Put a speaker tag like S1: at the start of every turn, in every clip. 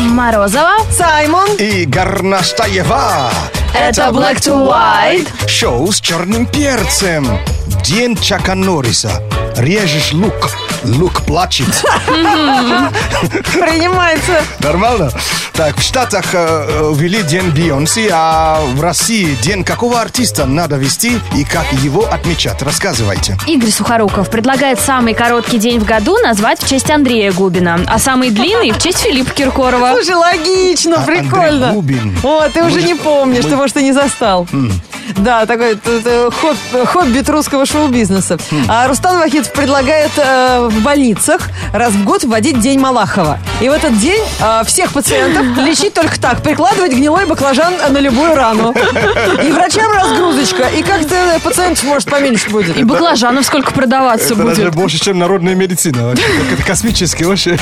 S1: Морозова.
S2: Саймон.
S3: и Горнастаева.
S1: Это Black to White.
S3: Шоу с черным перцем. День Чака Норриса. Режешь лук. Лук плачет.
S2: Принимается.
S3: Нормально? Так, в Штатах э, э, ввели День Бейонсе, а в России День какого артиста надо вести и как его отмечать? Рассказывайте.
S1: Игорь Сухоруков предлагает самый короткий день в году назвать в честь Андрея Губина, а самый длинный в честь Филиппа Киркорова.
S2: Слушай, логично,
S3: А-
S2: прикольно.
S3: Андрей Губин.
S2: О, ты
S3: Мы
S2: уже
S3: же-
S2: не помнишь,
S3: мы-
S2: ты, может, и не застал. Да, такой т- т- хоб- хоббит русского шоу-бизнеса. А Рустам Вахитов предлагает э, в больницах раз в год вводить День Малахова. И в этот день э, всех пациентов лечить только так, прикладывать гнилой баклажан на любую рану. И врачам разгрузочка, и как-то пациентов, может, поменьше будет.
S1: И баклажанов сколько продаваться
S3: Это даже
S1: будет.
S3: больше, чем народная медицина. вообще. Как Это космически вообще.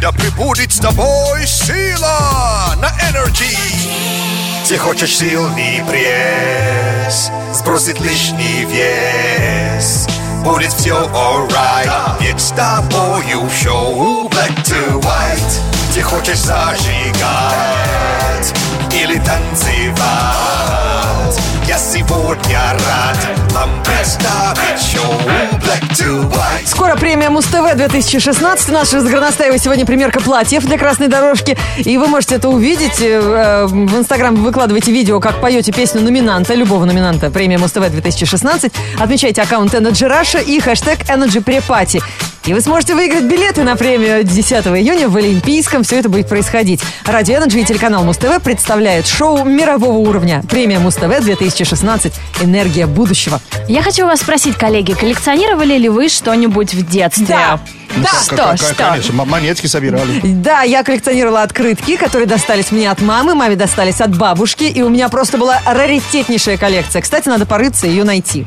S4: Да прибудет с тобой сила на энергии. Ты хочешь сильный пресс, сбросить лишний вес. Будет все alright, ведь с тобою шоу Black to White. Ты хочешь зажигать или танцевать. Я сегодня рад вам представить шоу Black to White.
S2: Скоро премия Муз-ТВ 2016. Наша с Горностаевой сегодня примерка платьев для красной дорожки. И вы можете это увидеть. э, э, В Инстаграм вы выкладываете видео, как поете песню номинанта, любого номинанта премия Муз-ТВ 2016. Отмечайте аккаунт Energy Russia и хэштег Energy Prepati. И вы сможете выиграть билеты на премию 10 июня в Олимпийском. Все это будет происходить. Радио Energy и телеканал Муз-ТВ представляют шоу мирового уровня. Премия Муз-ТВ 2016. Энергия будущего.
S1: Я хочу вас спросить, коллеги, коллекционировали ли вы что-нибудь в детстве?
S3: Ну, как-
S1: Что,
S3: как- как-
S1: что?
S3: Конечно, м- монетки собирали.
S2: Да, я коллекционировала открытки, которые достались мне от мамы, маме достались от бабушки, и у меня просто была раритетнейшая коллекция. Кстати, надо порыться и ее найти.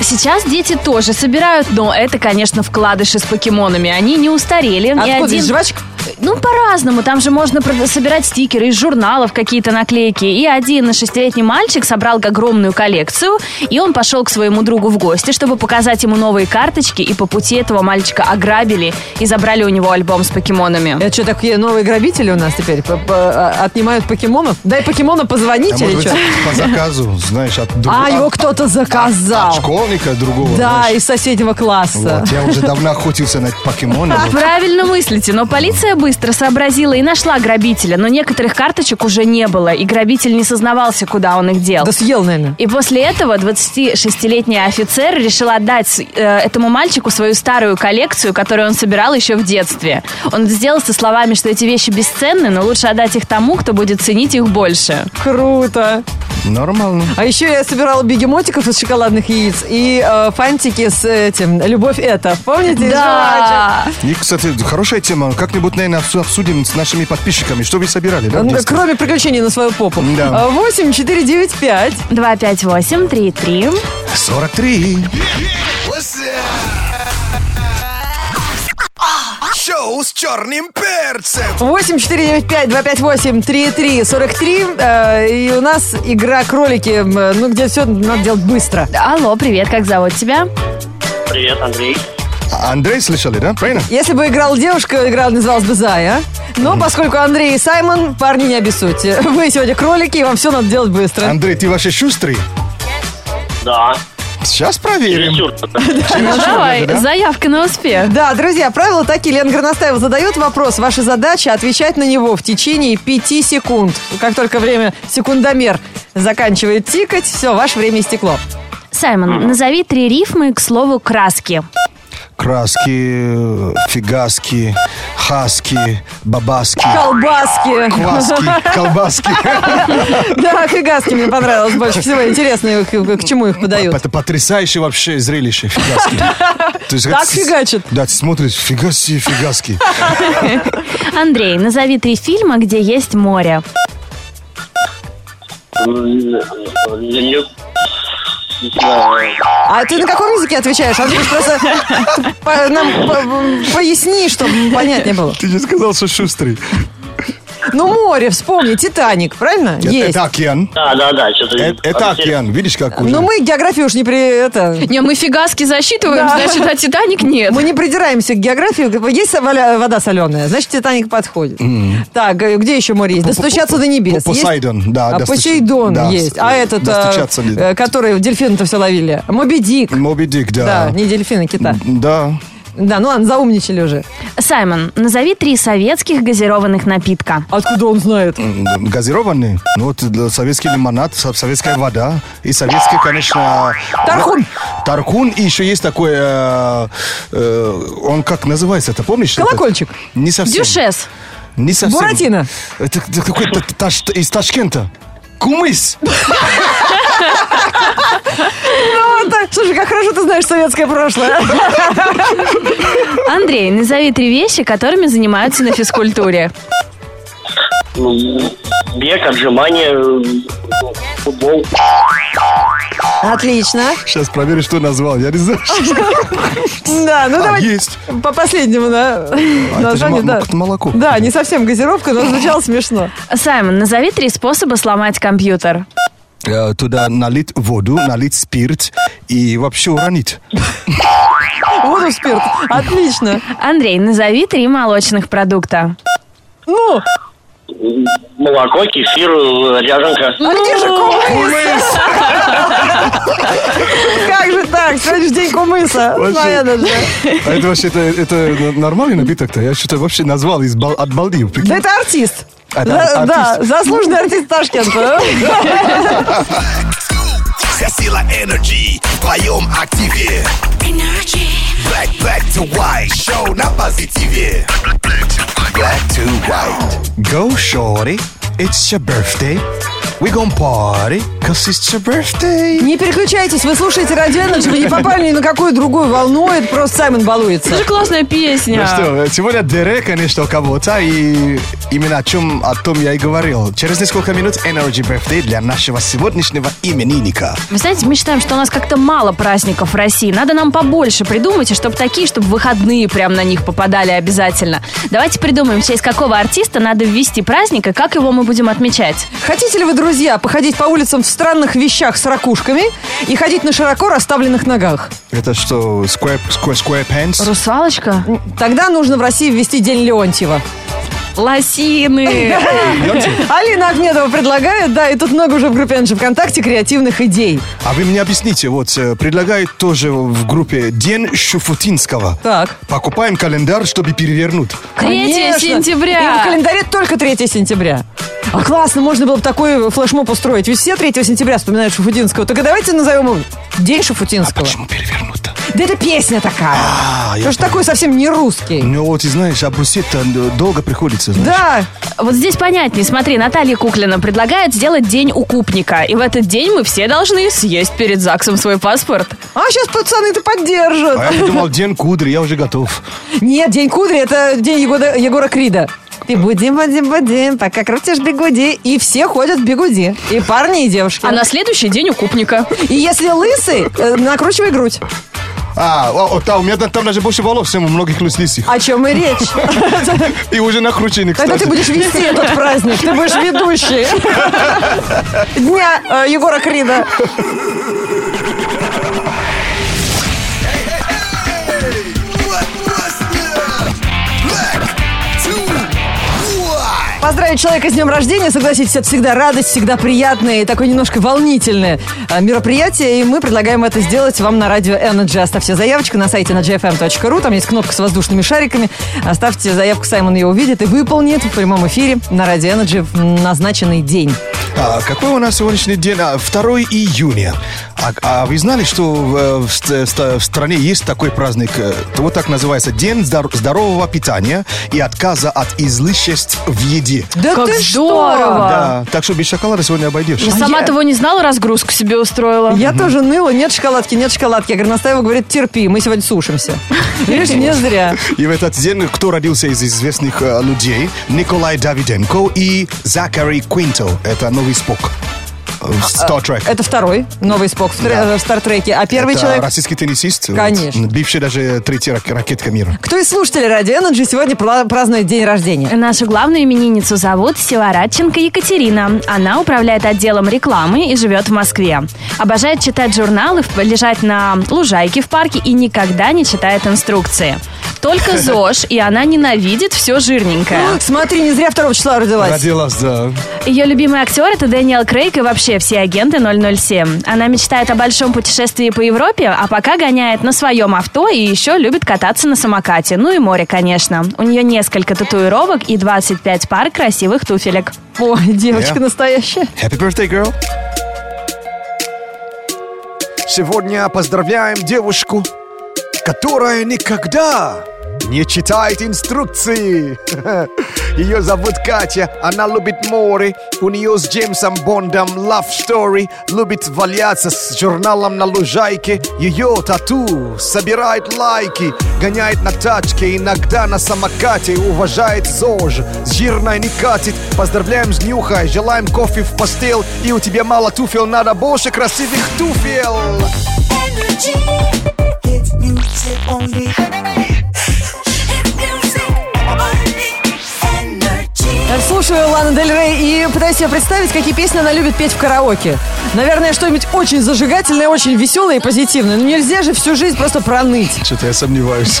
S1: Сейчас дети тоже собирают, но это, конечно, вкладыши с покемонами. Они не устарели. Ни
S2: Откуда?
S1: один-
S2: Из жвачек?
S1: Ну, по-разному. Там же можно прод- собирать стикеры из журналов, какие-то наклейки. И один шестилетний мальчик собрал огромную коллекцию, и он пошел к своему другу в гости, чтобы показать ему новые карточки, и по пути этого мальчика ограбили и забрали у него альбом с покемонами.
S2: Это что, такие новые грабители у нас теперь? П- п- а- Отнимают покемонов? Дай покемона позвонить
S3: А
S2: или
S3: может быть,
S2: что?
S3: по заказу, знаешь, от друг-
S2: А,
S3: от-
S2: его кто-то
S3: от
S2: заказал.
S3: школьника другого.
S2: Да,
S3: знаешь.
S2: из соседнего класса.
S3: Вот, я уже давно охотился на покемона. вот.
S1: Правильно мыслите, но полиция быстро сообразила и нашла грабителя, но некоторых карточек уже не было, и грабитель не сознавался, куда он их дел.
S2: Да съел, наверное.
S1: И после этого 26-летний офицер решил отдать э, этому мальчику свою старую коллекцию, которую он собирал еще в детстве. Он это сделал со словами, что эти вещи бесценны, но лучше отдать их тому, кто будет ценить их больше.
S2: Круто.
S3: Нормально.
S2: А еще я собирала бегемотиков из шоколадных яиц и э, фантики с этим «Любовь это». Помните? из жвачек?
S3: И, кстати, хорошая тема. Как-нибудь, наверное, обсу- обсудим с нашими подписчиками, что вы собирали, да? в
S2: Ну,
S3: детстве?
S2: Кроме приключений на свою попу.
S3: Да.
S2: А, 8 4 9 5.
S1: 258 33
S3: 43.
S4: Шоу с черным перцем.
S2: 8 4 9 5 2 5 8 3 3 43. Э, И у нас игра кролики, м, ну, где все надо делать быстро.
S1: Алло, привет, как зовут тебя?
S5: Привет, Андрей.
S3: А Андрей слышали, да? Правильно?
S2: Если бы играла девушка, игра называлась бы Зая. а? Но поскольку Андрей и Саймон, парни, не обессудьте. Вы сегодня кролики, и вам все надо делать быстро.
S3: Андрей, ты вообще шустрый?
S5: Да.
S3: Сейчас проверим.
S5: Чересчур.
S1: Ну, давай,
S3: да?
S1: заявка на успех.
S2: Да, друзья, правила такие. Лен Горностаева задает вопрос. Ваша задача отвечать на него в течение пяти секунд. Как только время секундомер заканчивает тикать, все, ваше время истекло.
S1: Саймон, назови три рифмы к слову «краски».
S3: Краски, фигаски, хаски, бабаски,
S2: Колбаски.
S3: кваски, А. колбаски.
S2: Да, фигаски мне понравилось больше всего. Интересно, к, к чему их подают.
S3: Это потрясающее вообще зрелище, фигаски. То есть,
S2: Так
S3: как ты с-
S2: фигачат.
S3: Да, ты смотришь, фигаси, фигаски.
S1: Андрей, назови три фильма, где есть море.
S5: э, Не знаю.
S2: А ты на каком языке отвечаешь? Андрюш, просто по- нам по- поясни, чтобы понятнее было.
S3: Ты не сказал, что шустрый.
S2: Ну, море, вспомни, Титаник, правильно?
S3: Это-
S2: Есть.
S3: Это океан.
S5: Да, да, да, что-то...
S3: Э- Это океан, видишь, как уже.
S2: Ну, мы географию уж не при... Это,
S6: Не, мы фигаски засчитываем,
S2: Да.
S6: значит, а Титаник нет.
S2: мы не придираемся к географии. Есть воля- вода соленая, значит, Титаник подходит. Так, э, где еще море есть? Достучаться до небес.
S3: По-
S2: есть?
S3: Посейдон, да.
S2: А
S3: достуч-
S2: Посейдон
S3: да,
S2: есть.
S3: с-
S2: А этот,
S3: достучаться ли-
S2: э, э, который дельфины-то все ловили. Моби Дик.
S3: Моби Дик,
S2: Да,
S3: да.
S2: не дельфины, кита.
S3: Да.
S2: Да, ну ладно, заумничали уже.
S1: Саймон, назови три советских газированных напитка.
S2: Откуда он знает?
S3: М, Газированный. Ну, вот э, советский лимонад, со- советская вода и советский, конечно...
S2: Тархун.
S3: во- Тархун. И еще есть такой... э, э, он как называется это, помнишь? этот?
S2: Колокольчик.
S3: Не совсем.
S1: Дюшес.
S3: Не совсем.
S2: Буратино.
S3: Это, это какой-то таш- из Ташкента. Кумыс.
S2: Ну, так, слушай, как хорошо ты знаешь советское прошлое.
S1: Андрей, назови три вещи, которыми занимаются на физкультуре.
S5: Бег, отжимания, э, футбол.
S2: а? Отлично.
S3: Сейчас проверю, что назвал. Я не знаю.
S2: Да, ну
S3: А,
S2: давай
S3: есть.
S2: по последнему, да.
S3: это же
S2: названию,
S3: мо-
S2: да.
S3: мо- молоко.
S2: Да, не совсем газировка, но звучало смешно.
S1: Саймон, назови три способа сломать компьютер.
S3: Э, Туда налить воду, налить спирт и вообще уронить.
S2: Воду в спирт. Отлично.
S1: Андрей, назови три молочных продукта.
S2: Ну,
S5: Молоко, кефир, э, ряженка.
S2: а где же кумыс? Как же так? Сегодня же день кумыса.
S3: Вообще.
S2: Понятно же.
S3: А это вообще это, это нормальный напиток-то? Я что-то вообще назвал из бал- от балди. прикинь.
S2: Да это артист.
S3: А, да,
S2: За- Да,
S3: артист.
S2: заслуженный артист Ташкента.
S4: Вся сила энергии в твоем активе. Black, black to white, шоу на позитиве. Black to white.
S3: Go, shorty, it's your birthday. We gon' party, cause it's your birthday.
S2: Не переключайтесь, вы слушаете Радио Energy, вы не попали ни на какую другую волну, это просто Саймон балуется.
S6: Это же классная песня.
S3: Ну что, сегодня Дере, конечно, у кого-то, и именно о чем, о том я и говорил. Через несколько минут Energy Birthday для нашего сегодняшнего именинника.
S1: Вы знаете, мы считаем, что у нас как-то мало праздников в России. Надо нам побольше придумать, и чтобы такие, чтобы выходные прям на них попадали обязательно. Давайте придумаем, в честь какого артиста надо ввести праздник, и как его мы будем отмечать.
S2: Хотите ли вы, друзья, походить по улицам в странных вещах с ракушками и ходить на широко расставленных ногах?
S3: Это что, square, square, square pants?
S1: Русалочка?
S2: Тогда нужно в России ввести День Леонтьева.
S1: Лосины.
S2: Алина Ахмедова предлагает, да, и тут много уже в группе Energy ВКонтакте креативных идей.
S3: А вы мне объясните, вот э, предлагают тоже в группе День Шуфутинского.
S2: Так.
S3: Покупаем календарь, чтобы перевернуть.
S6: 3
S2: Конечно. И в
S6: сентября.
S2: календаре только 3 сентября. А классно, можно было бы такой флешмоб устроить. Ведь все 3 сентября вспоминают Шуфутинского. Только давайте назовем его День Шуфутинского.
S3: А Почему перевернуть-то?
S2: Да это песня такая.
S3: А, я
S2: Потому что такой совсем не русский.
S3: Ну вот, и знаешь, обрусеть-то э, долго приходится. знаешь.
S2: Да,
S1: Вот здесь понятнее. Смотри, Наталья Куклина предлагает сделать день укупника. И в этот день мы все должны съесть перед ЗАГСом свой паспорт.
S2: а сейчас пацаны-то
S3: А
S2: поддержат.
S3: я подумал, День Кудри, я уже готов.
S2: Нет, День Кудри – это День Егода- Егора Крида. Ты будем, будем, будем, пока крутишь бигуди. И все ходят в бигуди. И парни, и девушки.
S1: А на следующий день укупника.
S2: И если лысый, э, накручивай грудь.
S3: А, о, о, там, у меня там, там даже больше волос, чем у многих лис- лисих.
S2: О чем и речь.
S3: И уже накручены, кстати.
S2: А Тогда ты будешь вести этот праздник. Ты будешь ведущий. Дня э, Егора Крида.
S4: What was that? Black to white.
S2: Поздравить человека с днем рождения, согласитесь, это всегда радость, всегда приятное и такое немножко волнительное э, мероприятие. И мы предлагаем это сделать вам на радио Energy. Оставьте заявочку на сайте energyfm.ru. Там есть кнопка с воздушными шариками. Оставьте заявку, Саймон ее увидит и выполнит в прямом эфире на радио Energy в назначенный день.
S3: А, какой у нас сегодняшний день? А, 2 июня. А, а вы знали, что в, э, в ст- ст- в стране есть такой праздник, э, вот так называется, День здор- здорового питания и отказа от излишеств в еде.
S2: Да
S6: Как здорово.
S3: Да, так что без шоколада сегодня обойдешься.
S1: Я сама того не знала, разгрузку себе устроила.
S2: Я тоже ныла, нет шоколадки, нет шоколадки. Я говорю, Настаева говорит, терпи, мы сегодня сушимся. Видишь, не зря.
S3: И в этот день кто родился из известных э, людей? Николай Давиденко и Закари Квинто. Это новый спок. Star Trek.
S2: А, Это второй новый Спок в, тре-
S3: Да.
S2: в Стартреке. А первый
S3: Это
S2: человек...
S3: российский теннисист. вот,
S2: Конечно.
S3: бывший даже третья рак- ракетка мира.
S2: Кто из слушателей Радио Energy сегодня пла- празднует день рождения?
S1: Нашу главную именинницу зовут Силарадченко Екатерина. Она управляет отделом рекламы и живет в Москве. Обожает читать журналы, в- лежать на лужайке в парке и никогда не читает инструкции. Только ЗОЖ, и она ненавидит все жирненькое.
S2: Смотри, не зря 2 числа родилась.
S3: Родилась, да.
S1: Ее любимый актер это Дэниел Крейг и вообще все агенты 007. Она мечтает о большом путешествии по Европе, а пока гоняет на своем авто и еще любит кататься на самокате. Ну и море, конечно. У нее несколько татуировок и 25 пар красивых туфелек.
S2: Ой, девочка
S3: Yeah.
S2: настоящая.
S3: Happy birthday, girl.
S4: Сегодня поздравляем девушку, которая никогда не читает инструкции. Ее зовут Катя, она любит море, у нее с Джеймсом Бондом love story, любит валяться с журналом на лужайке, ее тату собирает лайки, гоняет на тачке, иногда на самокате, уважает ЗОЖ, жирная не катит, поздравляем с днюхой, желаем кофе в постель, и у тебя мало туфел, надо больше красивых туфел.
S7: Energy. It's music only. It's music only. Energy.
S2: Я Слушаю Лана Дель Рей и пытаюсь себе представить, какие песни она любит петь в караоке. Наверное, что-нибудь очень зажигательное, очень веселое и позитивное. Но нельзя же всю жизнь просто проныть.
S3: Что-то я сомневаюсь.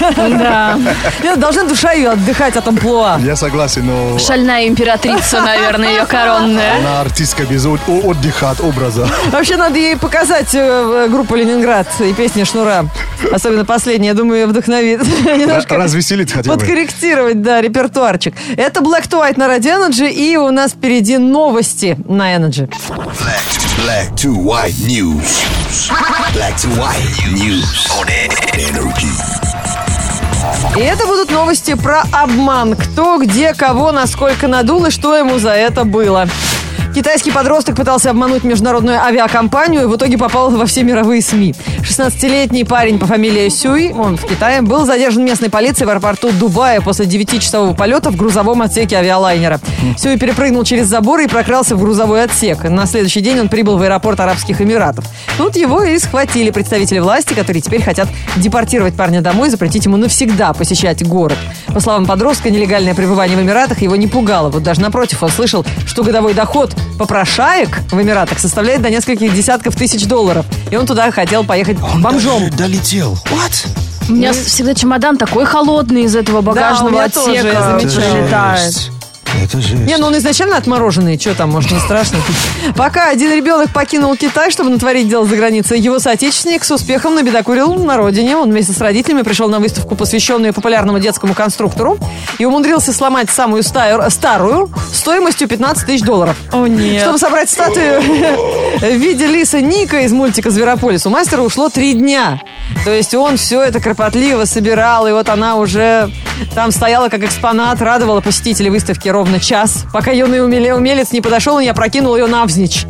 S1: Да.
S2: Я должна душа ее отдыхать от амплуа.
S3: Я согласен, но
S1: Шальная императрица, наверное, ее коронная.
S3: она артистка без от- о- отдыха от образа.
S2: Вообще надо ей показать э, э, группу «Ленинград» и песни Шнура. Особенно последняя, я думаю, ее вдохновит. Немножко
S3: Развеселит хотя бы.
S2: подкорректировать, да, репертуарчик. Это Black to White на Радио Energy, и у нас впереди новости на Energy.
S4: Black to white news. Black to white news on energy.
S2: И это будут новости про обман. Кто, где, кого, насколько надул и что ему за это было. Китайский подросток пытался обмануть международную авиакомпанию и в итоге попал во все мировые СМИ. 16-летний парень по фамилии Сюй, он в Китае, был задержан местной полицией в аэропорту Дубая после 9-часового полета в грузовом отсеке авиалайнера. Сюй перепрыгнул через забор и прокрался в грузовой отсек. На следующий день он прибыл в аэропорт Арабских Эмиратов. Тут его и схватили представители власти, которые теперь хотят депортировать парня домой и запретить ему навсегда посещать город. По словам подростка, нелегальное пребывание в Эмиратах его не пугало. Вот даже напротив, он слышал, что годовой доход попрошаек в Эмиратах составляет до нескольких десятков тысяч долларов. И он туда хотел поехать бомжом.
S3: даже долетел. What?
S1: У меня всегда чемодан такой холодный из этого
S2: у
S1: багажного
S2: меня тоже,
S1: отсека
S2: замечаю.
S1: прилетает.
S3: жесть. Это же.
S2: Не, ну он изначально отмороженный, что там, может, не страшно. Пока один ребенок покинул Китай, чтобы натворить дело за границей, его соотечественник с успехом набедокурил на родине. Он вместе с родителями пришел на выставку, посвященную популярному детскому конструктору, и умудрился сломать самую стаю- старую стоимостью 15 тысяч долларов.
S6: О, нет.
S2: Чтобы собрать статую в виде лиса Ника из мультика «Зверополис», у мастера ушло три дня. То есть он все это кропотливо собирал, и вот она уже там стояла как экспонат, радовала посетителей выставки ровно час, пока юный умеле- умелец не подошел и не опрокинул ее навзничь.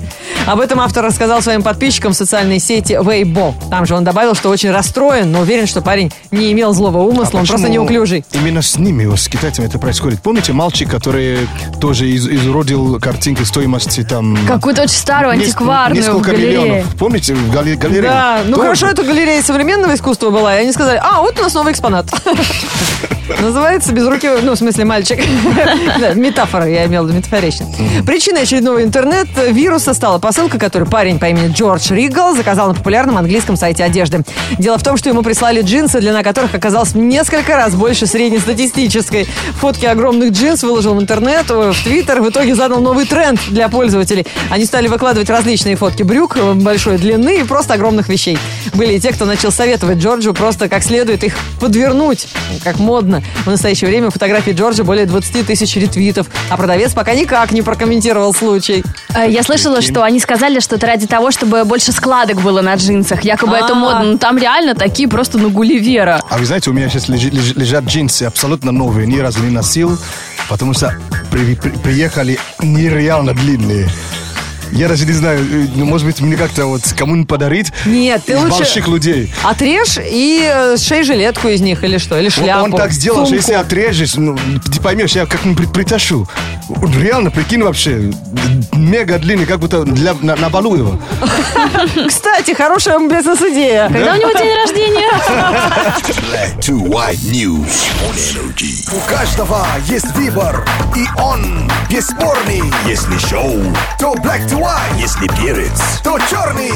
S2: Об этом автор рассказал своим подписчикам в социальной сети Weibo. Там же он добавил, что очень расстроен, но уверен, что парень не имел злого умысла, он просто
S3: А Почему
S2: неуклюжий.
S3: Именно с ними, вот с китайцами это происходит. Помните мальчик, который тоже из- изуродил картинки стоимости там...
S1: Какую-то очень старую
S3: нес-
S1: антикварную в
S3: Несколько
S1: галерее.
S3: миллионов. Помните в гале- галерее?
S2: Да, ну
S3: Тоже.
S2: хорошо, это галерея современного искусства была, и они сказали, а, вот у нас новый экспонат. Называется «Безрукий», ну, в смысле, мальчик. Да, Метафора, я имела в виду метафорично. Причиной очередного интернет-вируса стала посылка, которую парень по имени Джордж Ригал заказал на популярном английском сайте одежды. Дело в том, что ему прислали джинсы, длина которых оказалась в несколько раз больше среднестатистической. Фотки огромных джинс выложил в интернет, э, в Твиттер. В итоге задал новый тренд для пользователей. Они стали выкладывать различные фотки брюк э, большой длины и просто огромных вещей. Были и те, кто начал советовать Джорджу просто как следует их подвернуть, как модно. В настоящее время фотографии Джорджа более 20 тысяч ретвитов, а продавец пока никак не прокомментировал случай.
S1: Э, Я слышала, что они сказали, что это ради того, чтобы больше складок было на джинсах. Якобы это
S2: А.
S1: модно. Но там реально такие просто на Гулливера.
S3: А вы знаете, у меня сейчас лежи- лежи- лежат джинсы абсолютно новые, ни разу не носил, потому что при- при- приехали нереально длинные. Я даже не знаю, э, ну, может быть, мне как-то вот кому-нибудь подарить
S2: Нет, ты
S3: из
S2: лучше-
S3: больших людей.
S2: Отрежь и э, сшей жилетку из них или что, или
S3: Вот
S2: шляпу.
S3: Он так сделал, что
S2: сумку.
S3: если отрежешь, ну, ты поймешь, я как-нибудь при- ну, притащу. Он Реально, прикинь вообще, мега длинный, как будто для, на, на балу его.
S2: Кстати, хорошая бизнес-идея.
S6: Когда у него день рождения?
S8: Black to white news on energy.
S4: У каждого есть выбор, и он бесспорный.
S8: Если шоу,
S4: То black to white,
S8: если перец,
S4: то черный.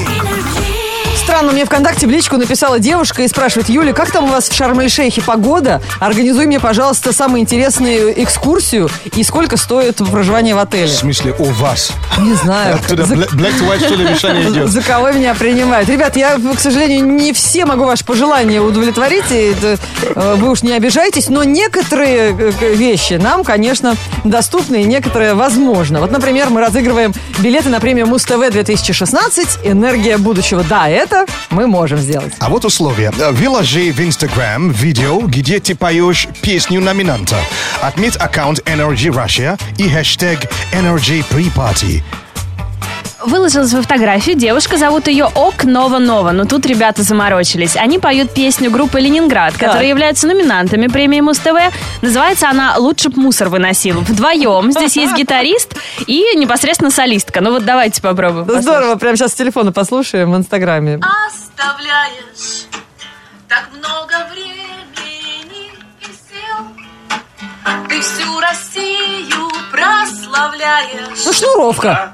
S2: Странно, мне ВКонтакте в личку написала девушка и спрашивает, Юля, как там у вас в Шарм-эль-Шейхе погода? Организуй мне, пожалуйста, самую интересную экскурсию и сколько стоит проживание в
S3: В
S2: отеле.
S3: смысле, у вас.
S2: Не знаю.
S3: Оттуда
S2: За-
S3: бля- black to white, что ли, мешание идет.
S2: За кого меня принимают? Ребят, я, к сожалению, не все могу ваши пожелания удовлетворить. и это, э, вы уж не обижайтесь, но некоторые э, к- вещи нам, конечно, доступны и некоторые возможно. Вот, например, мы разыгрываем билеты на премию Муз-ТВ 2016 «Энергия будущего». Да, это мы можем сделать.
S3: А вот условия. Э, Выложи в Instagram видео, где ты поешь песню номинанта. Отметь аккаунт Energy Russia и хэштег Energy Pre-Party.
S1: Выложила свою фотографию. Девушка зовут ее Ок Нова Нова. Но тут ребята заморочились. Они поют песню группы Ленинград, которые являются номинантами премии Муз ТВ. Называется она Лучше б мусор выносил. Вдвоем. Здесь есть гитарист и непосредственно солистка. Ну вот давайте попробуем. послушать.
S2: Здорово, прямо сейчас с телефона послушаем в Инстаграме.
S9: оставляешь так много времени и сил. Ты всю Россию прославляешь,
S2: Ну, шнуровка.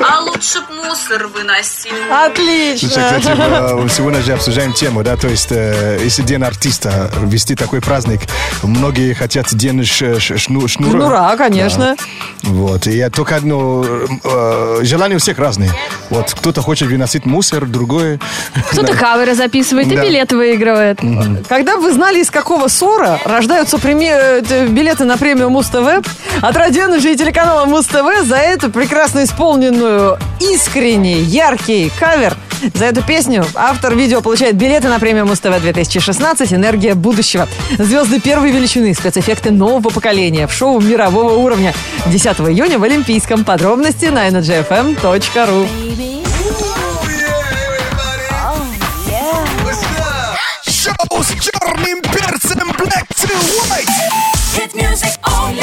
S9: а лучше б мусор выносил.
S3: Слушай,
S2: Отлично.
S3: кстати, э, сегодня же обсуждаем тему, да, то есть, э, если День артиста вести такой праздник, многие хотят День ш- ш- шну- шнура.
S2: Шнура, конечно.
S3: Вот, и я только одно, э, желания у всех разные. Вот, кто-то хочет выносить мусор, другой...
S1: Кто-то каверы записывает и
S3: Да.
S1: билеты выигрывает.
S2: Когда бы вы знали, из какого ссора рождаются преме- э, т- билеты на премию Муз-ТВ, от радиоэнерджи и телеканала Муз-ТВ за эту прекрасно исполненную, искренний, яркий кавер, за эту песню автор видео получает билеты на премию Муз-ТВ 2016 «Энергия будущего». Звезды первой величины, спецэффекты нового поколения в шоу мирового уровня. 10 июня в Олимпийском. Подробности на energyfm.ru.
S4: Шоу с черным перцем black to white.
S7: Hit music only.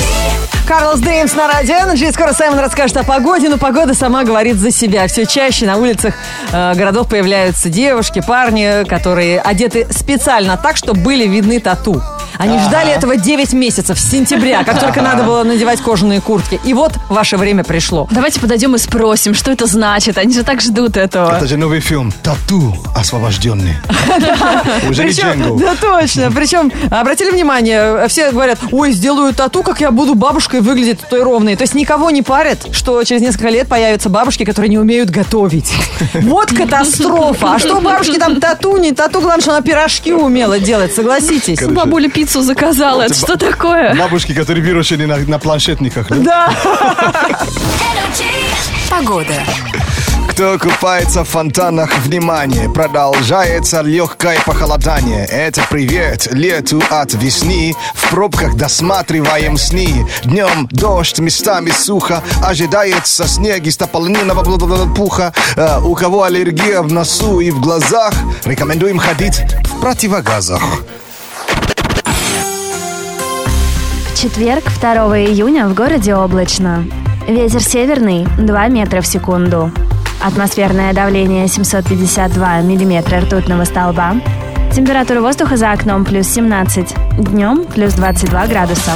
S2: Карлос Дреймс на радио Energy. И Скоро Саймон расскажет о погоде, но погода сама говорит за себя. Все чаще на улицах э, городов появляются девушки, парни, которые одеты специально так, чтобы были видны тату. Они ждали этого 9 месяцев, с сентября, как только надо было надевать кожаные куртки. И вот ваше время пришло.
S1: Давайте подойдем и спросим, что это значит. Они же так ждут этого.
S3: Это же новый фильм «Тату освобожденный». Уже не
S2: Причем,
S3: Дженгл.
S2: да точно. Причем, обратили внимание, все говорят, ой, сделаю тату, как я буду бабушкой выглядеть татуированной. То есть никого не парит, что через несколько лет появятся бабушки, которые не умеют готовить. Вот катастрофа. А что у бабушки там тату, не тату, главное, что она пирожки умела делать, согласитесь.
S1: Ну,
S6: Бабуля пиццу заказала. Это что такое?
S3: Бабушки, которые выращены на, на планшетниках. да?
S2: Да.
S4: Кто купается в фонтанах, внимание, продолжается легкое похолодание. Это привет лету от весны, в пробках досматриваем сны. Днем дождь, местами сухо, ожидается снег из тополиного бла-бла-бла пуха. Э, у кого аллергия в носу и в глазах, рекомендуем ходить в противогазах.
S1: В четверг, 2 июня, в городе облачно. Ветер северный 2 метра в секунду. Атмосферное давление 752 миллиметра ртутного столба. Температура воздуха за окном плюс 17. Днем плюс 22 градуса.